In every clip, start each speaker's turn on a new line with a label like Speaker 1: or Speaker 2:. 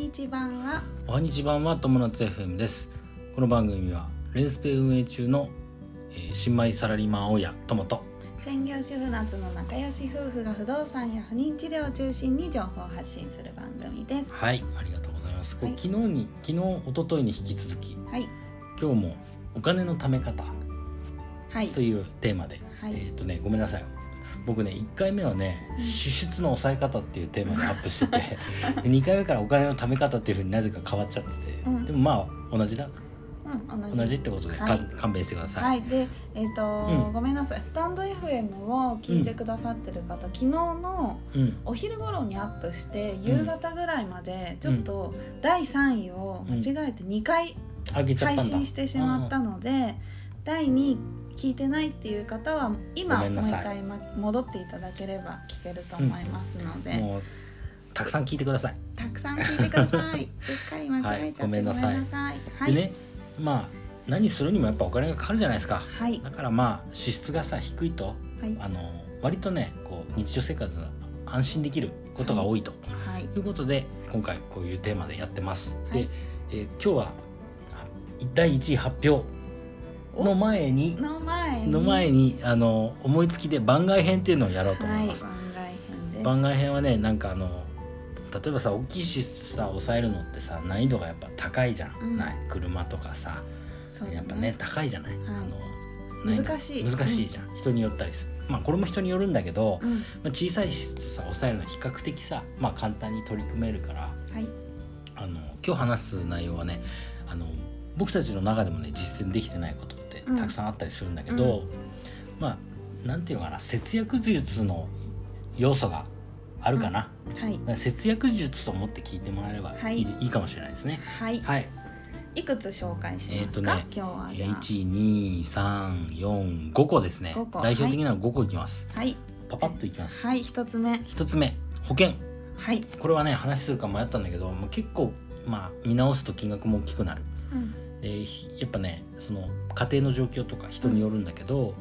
Speaker 1: 日版は
Speaker 2: おはにちばんは友達 FM ですこの番組はレンスペ運営中の、えー新米サラリーマン親友と
Speaker 1: 専業主婦夏の仲良し夫婦が不動産や不妊治療を中心に情報を発信する番組です
Speaker 2: はいありがとうございます、こう
Speaker 1: はい
Speaker 2: 昨日に昨日一昨日に引き続き
Speaker 1: はい
Speaker 2: 今日もお金のため方
Speaker 1: はい
Speaker 2: というテーマで、
Speaker 1: はい
Speaker 2: えっ、とねごめんなさい僕ね1回目はね
Speaker 1: ん
Speaker 2: 支出の抑え方っていうテーマでアップしてて 2回目からお金のため方っていうふうになぜか変わっちゃってて、
Speaker 1: うん
Speaker 2: でもまあ同じだ
Speaker 1: うん同じ
Speaker 2: 同じってことで、
Speaker 1: はい
Speaker 2: か勘弁してください、
Speaker 1: はいでえっ、と、
Speaker 2: うん
Speaker 1: ごめんなさいスタンド FM を聞いてくださってる方、昨日の
Speaker 2: うん
Speaker 1: お昼頃にアップして夕方ぐらいまでちょっと第3位を間違えて2回
Speaker 2: あげちゃ
Speaker 1: 配
Speaker 2: ったんだ
Speaker 1: 信してしまったので、第2位聞いてないっていう方は今
Speaker 2: ごめん
Speaker 1: も
Speaker 2: な
Speaker 1: う一
Speaker 2: さい
Speaker 1: 回ま戻っていただければ聞けると思いますので、
Speaker 2: もうたくさん聞いてください
Speaker 1: たくさん聞いてくださ いうっかり間違えちゃって、
Speaker 2: はいごめんなさい
Speaker 1: ごめんなさいは
Speaker 2: で
Speaker 1: い、
Speaker 2: ねまあ何するにもやっぱお金がかかるじゃないですか
Speaker 1: はい
Speaker 2: だからまあ支出がさ低いと
Speaker 1: はい
Speaker 2: あの割とねこう日常生活が安心できることが多いと、
Speaker 1: はい
Speaker 2: ということで今回こういうテーマでやってます、
Speaker 1: はい
Speaker 2: で、えー今日は第1位発表の前に
Speaker 1: の前に
Speaker 2: の前にあの思いつきで番外編っていうのをやろうと思
Speaker 1: はいい
Speaker 2: ま
Speaker 1: 番
Speaker 2: す、
Speaker 1: 外編です
Speaker 2: 番外編はねなんかあの例えばさ大きいしさ抑えるのってさ難易度がやっぱ高いじゃん、
Speaker 1: うん
Speaker 2: ない車とかさ、
Speaker 1: そうだ
Speaker 2: やっぱね高いじゃない、あの難
Speaker 1: 難しい
Speaker 2: 難しいじゃん、人によったりするまあこれも人によるんだけど、
Speaker 1: うん
Speaker 2: まあ、小さい支出さ抑えるのは比較的さまあ簡単に取り組めるから
Speaker 1: はい
Speaker 2: あの今日話す内容はねあの僕たちの中でもね実践できてないことって
Speaker 1: うん
Speaker 2: たくさんあったりするんだけど、まあなんていうのかな節約術の要素があるかな、
Speaker 1: はい
Speaker 2: 節約術と思って聞いてもらえれば
Speaker 1: はい
Speaker 2: いい,、い、いかもしれないですね。
Speaker 1: はい
Speaker 2: はい、
Speaker 1: いくつ紹介しますか、
Speaker 2: えーとね
Speaker 1: 今日はじゃあ
Speaker 2: 一二三四五個ですね
Speaker 1: 五。個
Speaker 2: 代表的なの五個いきます。
Speaker 1: はい
Speaker 2: パパッといきます。
Speaker 1: はい一つ目
Speaker 2: 一つ目、保険。
Speaker 1: はい、
Speaker 2: これはね、話するか迷ったんだけど、もう結構まあ見直すと金額も大きくなる。
Speaker 1: うん
Speaker 2: で、ひやっぱね、その家庭の状況とか人によるんだけど、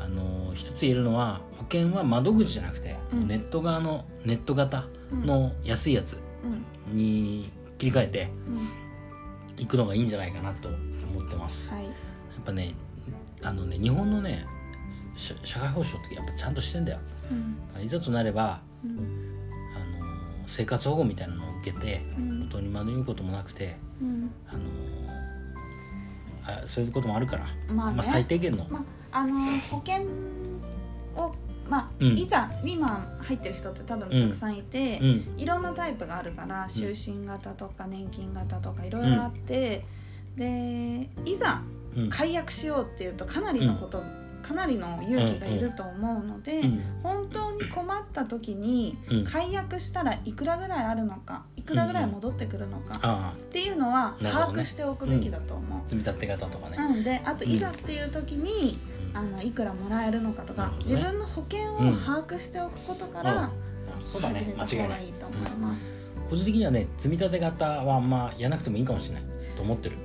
Speaker 2: あの一つ言えるのは保険は窓口じゃなくて、
Speaker 1: うん
Speaker 2: ネット側のネット型
Speaker 1: うん、
Speaker 2: の安いやつ
Speaker 1: うん
Speaker 2: に切り替えて。
Speaker 1: うん
Speaker 2: 行くのがいいんじゃないかなと思ってます。や
Speaker 1: はい
Speaker 2: っぱね、あのね、日本のね、社社会保障ってやっぱちゃんとしてんだよ。
Speaker 1: うん
Speaker 2: いざとなれば、
Speaker 1: うん
Speaker 2: あの生活保護みたいなのを受けて、
Speaker 1: うん
Speaker 2: 本当に迷うこともなくて、
Speaker 1: うん
Speaker 2: あのあそういうこともあるから、
Speaker 1: まあね
Speaker 2: まあ最低限の、
Speaker 1: まああの保険をまあ、
Speaker 2: うん
Speaker 1: いざ今入ってる人って多分たくさんいて、
Speaker 2: うん、
Speaker 1: いろんなタイプがあるから就寝型とか年金型とかいろいろあって、でいざ
Speaker 2: うん、
Speaker 1: 解約しようっていうとかなりのこと、かなりの勇気がいると思うので、
Speaker 2: うん、
Speaker 1: 本当に困った時に
Speaker 2: うん、
Speaker 1: 解約したらいくらぐらいあるのかいくらぐらい戻ってくるのか、っ
Speaker 2: ああ、
Speaker 1: ていうのは
Speaker 2: なるほ
Speaker 1: 把
Speaker 2: どね
Speaker 1: 握しておくべきだと思う。
Speaker 2: 積み立て方とかね
Speaker 1: な、のであと
Speaker 2: うん
Speaker 1: いざっていう時に、
Speaker 2: うん
Speaker 1: あのいくらもらえるのかとか、
Speaker 2: なるほど
Speaker 1: 自
Speaker 2: ね
Speaker 1: 分の保険を
Speaker 2: うん
Speaker 1: 把握しておくことから
Speaker 2: あそうだ
Speaker 1: 始め、
Speaker 2: ね
Speaker 1: た
Speaker 2: 間違
Speaker 1: 方
Speaker 2: い
Speaker 1: が
Speaker 2: ない
Speaker 1: い。いと思います。
Speaker 2: 個人的にはね積み立て型はあんまやらなくてもいいかもしれないと思ってる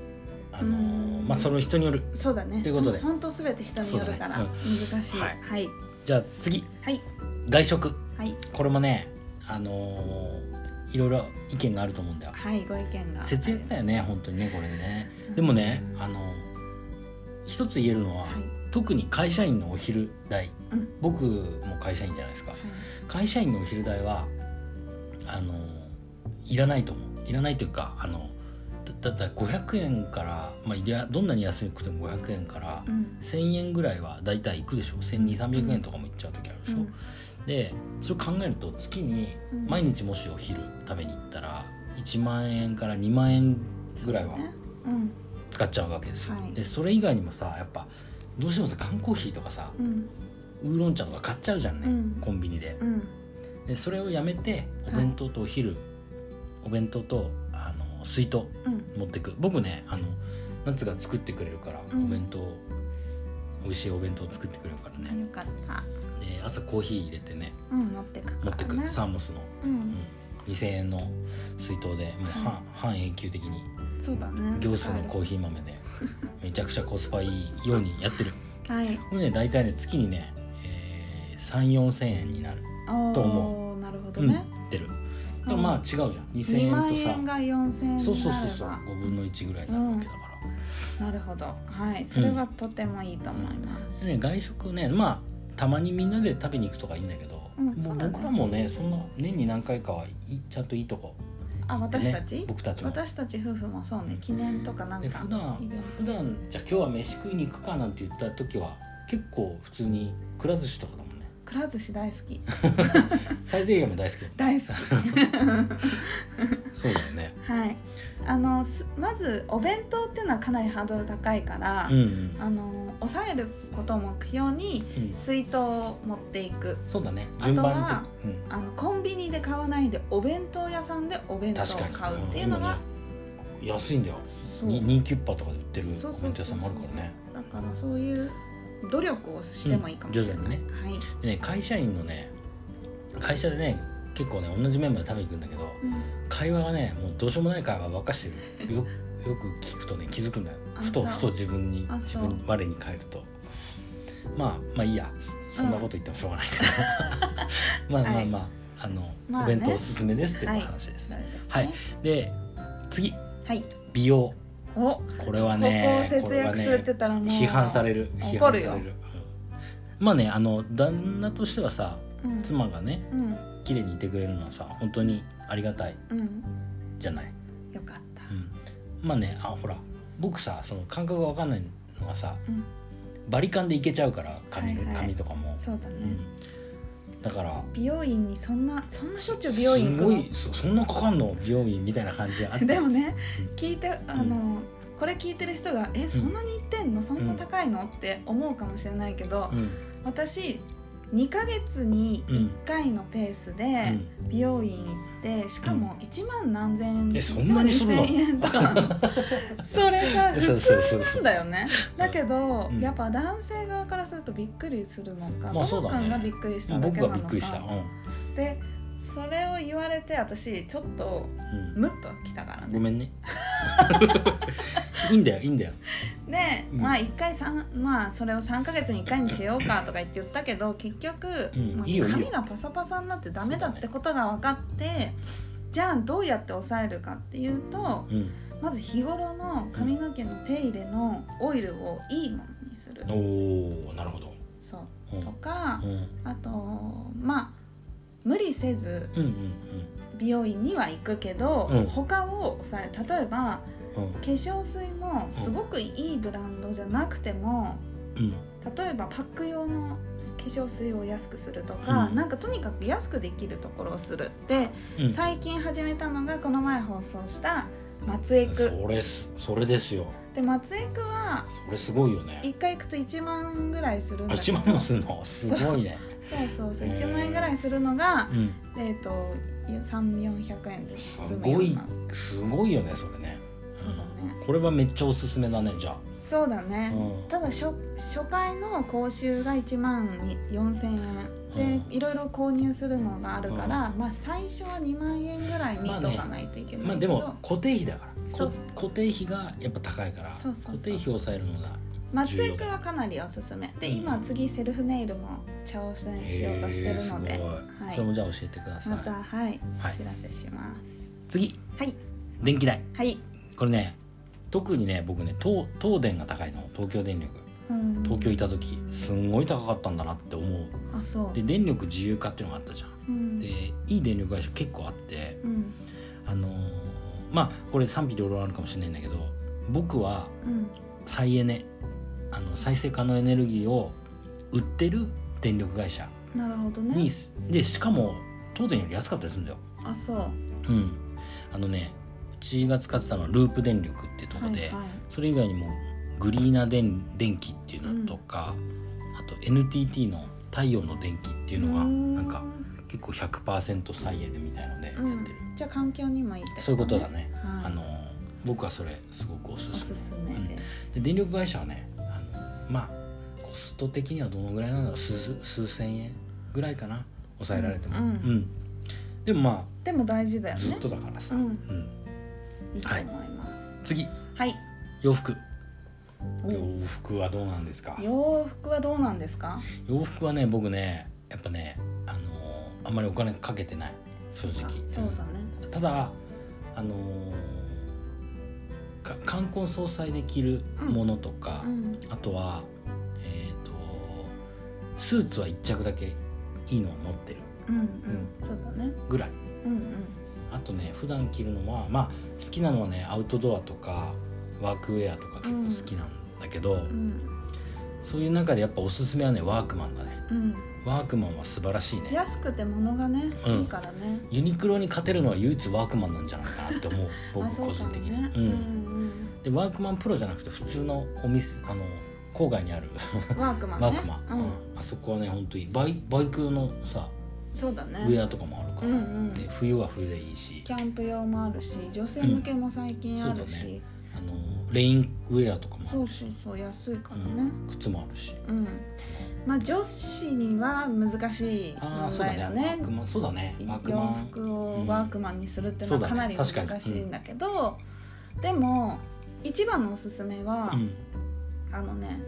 Speaker 2: あのー
Speaker 1: うん
Speaker 2: まあそれは人による
Speaker 1: そうだね。
Speaker 2: ということで
Speaker 1: 本当すべて人によるから
Speaker 2: そうだね
Speaker 1: 難しい。
Speaker 2: はい
Speaker 1: はい
Speaker 2: じゃあ次
Speaker 1: はい
Speaker 2: 外食
Speaker 1: はい
Speaker 2: これもねあのーいろいろ意見があると思うんだよ
Speaker 1: はいご意見が。
Speaker 2: 節約だよね本当にねこれねでもねあのー一つ言えるのは、
Speaker 1: はい
Speaker 2: 特に会社員のお昼代、
Speaker 1: うん
Speaker 2: 僕も会社員じゃないですか会社員のお昼代はあのいらないと思ういらないというかあのだだったら500円から、まあ、いやどんなに安くても500円から
Speaker 1: はいうん
Speaker 2: 1,000円ぐらいはだいたいいくでしょ1200300円とかもいっちゃう時あるでしょ、でそれ考えると月に
Speaker 1: うん
Speaker 2: 毎日もしお昼食べに行ったら1万円から2万円ぐらいは
Speaker 1: ねうん
Speaker 2: 使っちゃうわけですよ、
Speaker 1: はい
Speaker 2: でそれ以外にもさやっぱどうしてもさ缶コーヒーとかさ
Speaker 1: うん
Speaker 2: ウーロン茶とか買っちゃうじゃんね、
Speaker 1: うん
Speaker 2: コンビニで
Speaker 1: うん
Speaker 2: でそれをやめてお弁当とお昼、お弁当とあの水筒
Speaker 1: うん
Speaker 2: 持ってく僕ねあの夏が作ってくれるから、
Speaker 1: うん
Speaker 2: お弁当美味しいお弁当作ってくれるからね、
Speaker 1: よかった。
Speaker 2: で朝コーヒー入れてね
Speaker 1: うん持ってくからね。
Speaker 2: 持ってく、サーモスの、
Speaker 1: う
Speaker 2: うん
Speaker 1: ん
Speaker 2: 2,000円の水筒でもう半,、半永久的に
Speaker 1: そうだね。
Speaker 2: 行数のコーヒー豆でめちゃくちゃコスパいいようにやってる
Speaker 1: はい。
Speaker 2: これね大体ね月にね、えー、3 4 0 0 0円になる
Speaker 1: おー
Speaker 2: と思
Speaker 1: なるほど
Speaker 2: うん
Speaker 1: ね。
Speaker 2: 出るでもまあ違うじゃん2,000
Speaker 1: 2万
Speaker 2: 円
Speaker 1: 円
Speaker 2: とさ
Speaker 1: が4000円
Speaker 2: そう
Speaker 1: に
Speaker 2: そう
Speaker 1: な
Speaker 2: そう
Speaker 1: れ
Speaker 2: そう
Speaker 1: ば
Speaker 2: 5分の1ぐらいになるわけだから。
Speaker 1: なるほどはいそれはとてもいいと思います、
Speaker 2: ね、外食ねまあたまにみんなで食べに行くとかいいんだけど、
Speaker 1: うん
Speaker 2: もう
Speaker 1: そうだね
Speaker 2: 僕らもねそんな年に何回かはいちゃんといいとこ、
Speaker 1: あ私たち、
Speaker 2: ね、僕たちも
Speaker 1: 私たち夫婦もそうね記念とかなん
Speaker 2: で
Speaker 1: か
Speaker 2: 普段
Speaker 1: イベント
Speaker 2: 普段じゃあ今日は飯食いに行くかなんて言った時は結構普通にくら寿司とかだもんね
Speaker 1: くら寿司大好き
Speaker 2: サイゼリヤも大好きだもん
Speaker 1: 大好き
Speaker 2: そうだよね
Speaker 1: はいあのすまずお弁当っていうのはかなりハードル高いから、
Speaker 2: うんうん、
Speaker 1: あの抑えることを目標に
Speaker 2: うん、
Speaker 1: 水筒を持っていく
Speaker 2: そうだね
Speaker 1: あとは
Speaker 2: 順番にと、うん、
Speaker 1: あのコンビニで買わないでお弁当屋さんでお弁当を
Speaker 2: 確かに
Speaker 1: 買うっていうのが、
Speaker 2: うん今ね安いんだよ
Speaker 1: そう
Speaker 2: に人気ッパーとかで売ってる
Speaker 1: そう
Speaker 2: お
Speaker 1: そうそうそう
Speaker 2: 弁当屋さんもあるからね
Speaker 1: だからそういう努力をしてもいいかもしれない、
Speaker 2: うん徐々に
Speaker 1: はい、
Speaker 2: でね会社員のね会社でね結構ね同じメンバーで食べに行くんだけど会話がねもうどうしようもない会話ばっかしてるよよ く聞くとね気づくんだよ
Speaker 1: あ
Speaker 2: ふと
Speaker 1: そう
Speaker 2: ふと自分に
Speaker 1: あ
Speaker 2: 自
Speaker 1: そう
Speaker 2: 分我に返るとまあまあいいやそそんなこと言ってもしょうがないから、 まあまあまあ、あの、
Speaker 1: まあね
Speaker 2: お弁当おすすめですっていうお話です
Speaker 1: そ
Speaker 2: ね、
Speaker 1: うですね
Speaker 2: はいで次
Speaker 1: はい
Speaker 2: 美容
Speaker 1: お
Speaker 2: これは
Speaker 1: こ
Speaker 2: ね
Speaker 1: こを
Speaker 2: こ
Speaker 1: 節
Speaker 2: れは
Speaker 1: 約
Speaker 2: ね
Speaker 1: するって言ったらもう
Speaker 2: 批判される批
Speaker 1: 怒
Speaker 2: 判さ
Speaker 1: る
Speaker 2: れ
Speaker 1: よ
Speaker 2: る、うんまあねあの旦那としてはさ
Speaker 1: うん
Speaker 2: 妻がね
Speaker 1: うん
Speaker 2: 綺麗にいてくれるのはさ本当にありがたい
Speaker 1: うん
Speaker 2: じゃない、
Speaker 1: よかった
Speaker 2: うん、まあねあほら僕さその感覚が分かんないのはさ
Speaker 1: うん
Speaker 2: バリカンでいけちゃうから髪,、
Speaker 1: はいはい
Speaker 2: 髪とかも、
Speaker 1: そうだね、
Speaker 2: うん、だから
Speaker 1: 美容院にそんなそんなしょっちゅう美容院
Speaker 2: す
Speaker 1: 行
Speaker 2: ご
Speaker 1: く
Speaker 2: いそそんなかかんの美容院みたいな感じあっ
Speaker 1: ので
Speaker 2: て
Speaker 1: もね
Speaker 2: うん
Speaker 1: 聞いてあの、これ聞いてる人が「えそんなに行ってんのそんな高いの?」って思うかもしれないけど、
Speaker 2: うん
Speaker 1: 私2ヶ月に1回のペース
Speaker 2: う
Speaker 1: で
Speaker 2: ん
Speaker 1: 美容院行ってしかも1万何千円、
Speaker 2: えそんなにするの
Speaker 1: 1万2000円と かそれさ
Speaker 2: え
Speaker 1: 普
Speaker 2: そうそうそう
Speaker 1: 通な
Speaker 2: そうん
Speaker 1: だよねだけど、
Speaker 2: うん
Speaker 1: やっぱ男性側からするとびっくりするのか
Speaker 2: まあ
Speaker 1: と
Speaker 2: そう
Speaker 1: も
Speaker 2: だ
Speaker 1: く
Speaker 2: ね
Speaker 1: んがびっくりしただけ
Speaker 2: 僕
Speaker 1: な
Speaker 2: が
Speaker 1: の
Speaker 2: びっくりした、うん
Speaker 1: かでそれを言われて私ちょっと
Speaker 2: うん
Speaker 1: ムッときたから
Speaker 2: ご
Speaker 1: ね
Speaker 2: めんね いいんだよいいんだよ
Speaker 1: で、
Speaker 2: うん
Speaker 1: まあ一回三まあそれを3か月に1回にしようかとか言って言ったけど結局、
Speaker 2: うん
Speaker 1: まあ
Speaker 2: いいよいいよ
Speaker 1: 髪がパサパサになってダメだってことが分かって、じゃあどうやって抑えるかっていうと
Speaker 2: うん
Speaker 1: まず日頃の髪の毛の手入れのオイルをいいものにする、
Speaker 2: おおなるほど
Speaker 1: そう
Speaker 2: うん
Speaker 1: とか
Speaker 2: うん
Speaker 1: あとまあ無理せず
Speaker 2: うん
Speaker 1: 美容院には行くけど、
Speaker 2: うん
Speaker 1: 他を抑え例えば
Speaker 2: うんうん
Speaker 1: 化粧水もすごくいいブランドじゃなくても、
Speaker 2: うん
Speaker 1: 例えばパック用の化粧水を安くするとか、
Speaker 2: うん
Speaker 1: なんかとにかく安くできるところをするで、
Speaker 2: うん
Speaker 1: 最近始めたのがこの前放送した松江区
Speaker 2: それすそれですよ
Speaker 1: で松江区は
Speaker 2: それすごいよね
Speaker 1: 1回行くと1万ぐらいするん
Speaker 2: あ
Speaker 1: だけ
Speaker 2: 1
Speaker 1: ど
Speaker 2: 万もすんのすごいね
Speaker 1: そうそうそう
Speaker 2: へー
Speaker 1: 1万円ぐらいするのが
Speaker 2: うん
Speaker 1: えっ、と3400円です済むよ
Speaker 2: ご
Speaker 1: う
Speaker 2: い
Speaker 1: な
Speaker 2: すごいよねそれね
Speaker 1: そうだね
Speaker 2: これはめっちゃおすすめだねじゃ
Speaker 1: そうだ
Speaker 2: あ、う
Speaker 1: ね、
Speaker 2: ん、
Speaker 1: ただ初初回の講習が1万4,000円
Speaker 2: うん
Speaker 1: でいろいろ購入するのがあるから、まあ最初は2万円ぐらい見とかないといけないけど、
Speaker 2: まあでも固定費だから
Speaker 1: そ
Speaker 2: こ
Speaker 1: うそう
Speaker 2: 固定費がやっぱ高いから
Speaker 1: そうそうそう
Speaker 2: 固定費を抑えるのが
Speaker 1: 松江区はかなりおすすめで今次セルフネイルも調整しようとしてるので、
Speaker 2: へーすごいそれ
Speaker 1: は
Speaker 2: もじゃあ教えてくだ
Speaker 1: い、
Speaker 2: さ
Speaker 1: ま
Speaker 2: い、
Speaker 1: たはい、
Speaker 2: はい
Speaker 1: お知らせします
Speaker 2: 次
Speaker 1: はい
Speaker 2: 電気代
Speaker 1: はい
Speaker 2: これね特にね僕ね東東電が高いの東京電力
Speaker 1: うん
Speaker 2: 東京いた時すんごい高かったんだなって思う
Speaker 1: あそう
Speaker 2: で電力自由化っていうのがあったじゃん
Speaker 1: うん
Speaker 2: でいい電力会社結構あって
Speaker 1: うん
Speaker 2: あのーまあこれ賛否両論あるかもしれないんだけど僕は
Speaker 1: うん
Speaker 2: 再エネあの再生可能エネルギーを売ってる電力会社
Speaker 1: なるほど
Speaker 2: に、
Speaker 1: ね
Speaker 2: でしかも東電より安かったりするんだよ
Speaker 1: あそうは
Speaker 2: うんあのねうちが使ってたのはループ電力ってとこ
Speaker 1: いは
Speaker 2: で、
Speaker 1: い
Speaker 2: それ以外にもグリーナ電電気っていうのとか、あと NTT の太陽の電気っていうのがなんか結構100%再エネみたいのでやってる、
Speaker 1: じゃあ環境にもいいって
Speaker 2: そういうことだね、
Speaker 1: はい
Speaker 2: あの僕はそれすごくおすす
Speaker 1: お
Speaker 2: め
Speaker 1: すすめです、
Speaker 2: で電力会社はねあのまあコスト的にはどのぐらいなんだろう数数千円ぐらいかな抑えられても、
Speaker 1: うん
Speaker 2: でもま
Speaker 1: でも大事だ
Speaker 2: あ
Speaker 1: よ
Speaker 2: ずっ
Speaker 1: ね
Speaker 2: とだからさ、
Speaker 1: うん
Speaker 2: うん
Speaker 1: いいと思います
Speaker 2: 次
Speaker 1: はい、
Speaker 2: 洋服
Speaker 1: お
Speaker 2: 洋服はどうなんですか
Speaker 1: 洋服はどうなんですか
Speaker 2: 洋服はね僕ねやっぱねあのーあんまりお金かけてない正
Speaker 1: そっ
Speaker 2: 直
Speaker 1: かそうだね
Speaker 2: ただあのーか冠婚葬祭で着るものとか、
Speaker 1: うん
Speaker 2: あとはえっ、とスーツは1着だけいいのを持ってる
Speaker 1: うんうんそうだね
Speaker 2: ぐらい
Speaker 1: うん
Speaker 2: あとね普段着るのはまあ好きなのはねアウトドアとかワークウェアとか結構好きなんだけど、
Speaker 1: うんうん
Speaker 2: そういう中でやっぱおすすめはねワークマンだね
Speaker 1: うん
Speaker 2: ワークマンは素晴らしいね
Speaker 1: 安くて物がね
Speaker 2: うん
Speaker 1: いいからね
Speaker 2: ユニクロに勝てるのは唯一ワークマンなんじゃないかなっ て思う
Speaker 1: あ
Speaker 2: 僕
Speaker 1: そう
Speaker 2: 個
Speaker 1: か
Speaker 2: 人
Speaker 1: も
Speaker 2: 的に、
Speaker 1: ねう
Speaker 2: うんん、でワークマンプロじゃなくて普通のお店あの郊外にある
Speaker 1: うんワークマンね
Speaker 2: ワークマン、
Speaker 1: うん
Speaker 2: うんあそこはね本当にバイバイク用のさ
Speaker 1: そうだ
Speaker 2: ウェ
Speaker 1: ね
Speaker 2: アとかもあるか
Speaker 1: う
Speaker 2: ら、
Speaker 1: んうん
Speaker 2: で冬は冬でいいし
Speaker 1: キャンプ用もあるし女性向けも最近あるし
Speaker 2: あのレインウェアとかもある
Speaker 1: そうそうそう安いから
Speaker 2: う
Speaker 1: ね
Speaker 2: ん靴もあるし
Speaker 1: うんまあ女子には難しい
Speaker 2: ああ
Speaker 1: 問
Speaker 2: そうだ
Speaker 1: 題
Speaker 2: ね
Speaker 1: だ
Speaker 2: ワ
Speaker 1: ね
Speaker 2: ークマンそうだねワークマ
Speaker 1: 洋
Speaker 2: ン
Speaker 1: 服をワークマンにするっての
Speaker 2: うん
Speaker 1: はかなり
Speaker 2: そうだね
Speaker 1: 難しいんだけど、でも一番のおすすめは、
Speaker 2: うん、
Speaker 1: あのね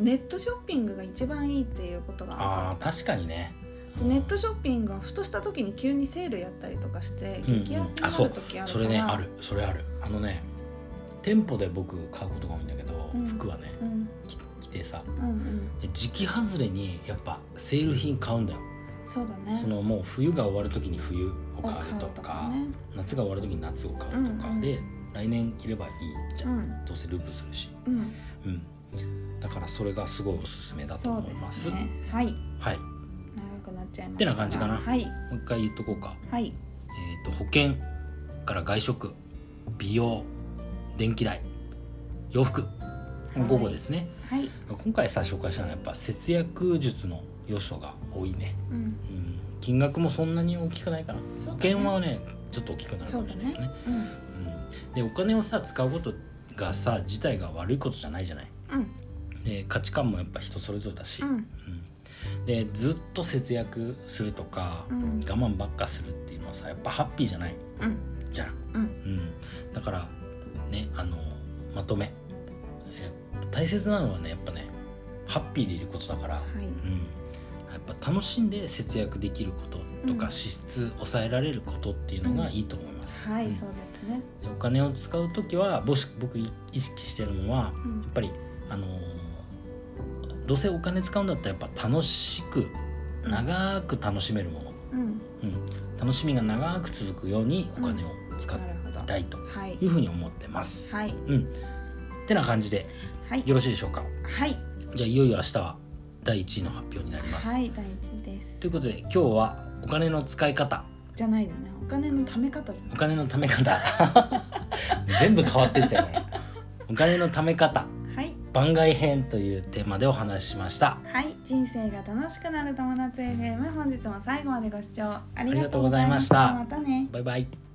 Speaker 1: ネットショッピングが一番いいっていうことが分
Speaker 2: あ
Speaker 1: か
Speaker 2: ー確かにね
Speaker 1: ったでネットショッピングはふとした時に急にセールやったりとかして
Speaker 2: うん
Speaker 1: 激安になる時あるから、
Speaker 2: それねあるそれあるあのね店舗で僕買うことが多いんだけど、
Speaker 1: うん
Speaker 2: 服はね
Speaker 1: うん
Speaker 2: き着てさ
Speaker 1: うんうん
Speaker 2: で時期外れにやっぱセール品買うんだよ、
Speaker 1: そうだね
Speaker 2: そのもう冬が終わる時に冬を買うとか
Speaker 1: ね
Speaker 2: 夏が終わる時に夏を買うとか、
Speaker 1: うんうん
Speaker 2: で来年着ればいいじゃん、
Speaker 1: うん
Speaker 2: どうせループするし、
Speaker 1: うん
Speaker 2: うん、だからそれがすごいおすすめだと
Speaker 1: そう
Speaker 2: 思い
Speaker 1: で
Speaker 2: ます
Speaker 1: すねはい
Speaker 2: はいも
Speaker 1: 長くなっちゃいました
Speaker 2: てな感じかな
Speaker 1: はいう
Speaker 2: 一回言っとこうか
Speaker 1: はい
Speaker 2: えー、と保険から外食美容電気代洋服
Speaker 1: い
Speaker 2: 午後ですね、
Speaker 1: はい
Speaker 2: 今回さ紹介したのはやっぱ節約術の要素が多いね、
Speaker 1: うん
Speaker 2: うん、金額もそんなに大きくないかな
Speaker 1: そうだね
Speaker 2: 保険はねちょっと大きくなるかもしれないよね
Speaker 1: うん
Speaker 2: うん、でお金をさ使うことがさ自体が悪いことじゃないじゃない
Speaker 1: うん
Speaker 2: で価値観もやっぱ人それぞれだし、
Speaker 1: うん
Speaker 2: うんでずっと節約するとか、
Speaker 1: うん
Speaker 2: 我慢ばっかするっていうのはさやっぱハッピーじゃない
Speaker 1: うん
Speaker 2: じゃん、
Speaker 1: うん
Speaker 2: うん、だからねあのまとめえ大切なのはねやっぱねハッピーでいることだから、
Speaker 1: はい
Speaker 2: うん、やっぱ楽しんで節約できることとか、
Speaker 1: うん
Speaker 2: 支出抑えられることっていうのがいいと思います、
Speaker 1: はい、
Speaker 2: うん
Speaker 1: そうですね。
Speaker 2: でお金を使う時はぼし僕い意識してるのは
Speaker 1: う
Speaker 2: やっ
Speaker 1: ん、
Speaker 2: ぱりあのーどうせお金使うんだったらやっぱ楽しく長く楽しめるもの、
Speaker 1: うん、
Speaker 2: うん、楽しみが長く続くようにお金を使っ
Speaker 1: なるほど
Speaker 2: たいと
Speaker 1: はい
Speaker 2: い、うふうに思ってます。
Speaker 1: はい、
Speaker 2: うん、ってな感じで
Speaker 1: はい、
Speaker 2: よろしいでしょうか
Speaker 1: はい、
Speaker 2: じゃあいよいよ明日は第1位の発表になります。
Speaker 1: はい、第一です。
Speaker 2: ということで今日はお金の使い方
Speaker 1: じゃないのね、お金の貯め方じゃ
Speaker 2: お金のため方 全部変わってっちゃうねお金のため方
Speaker 1: ない。はい、
Speaker 2: 番外編というテーマでお話ししました。
Speaker 1: はい、人生が楽しくなる友達 FM 本日も最後までご視聴ありがとうございました。
Speaker 2: ありがとうございま
Speaker 1: またね。
Speaker 2: バイバイ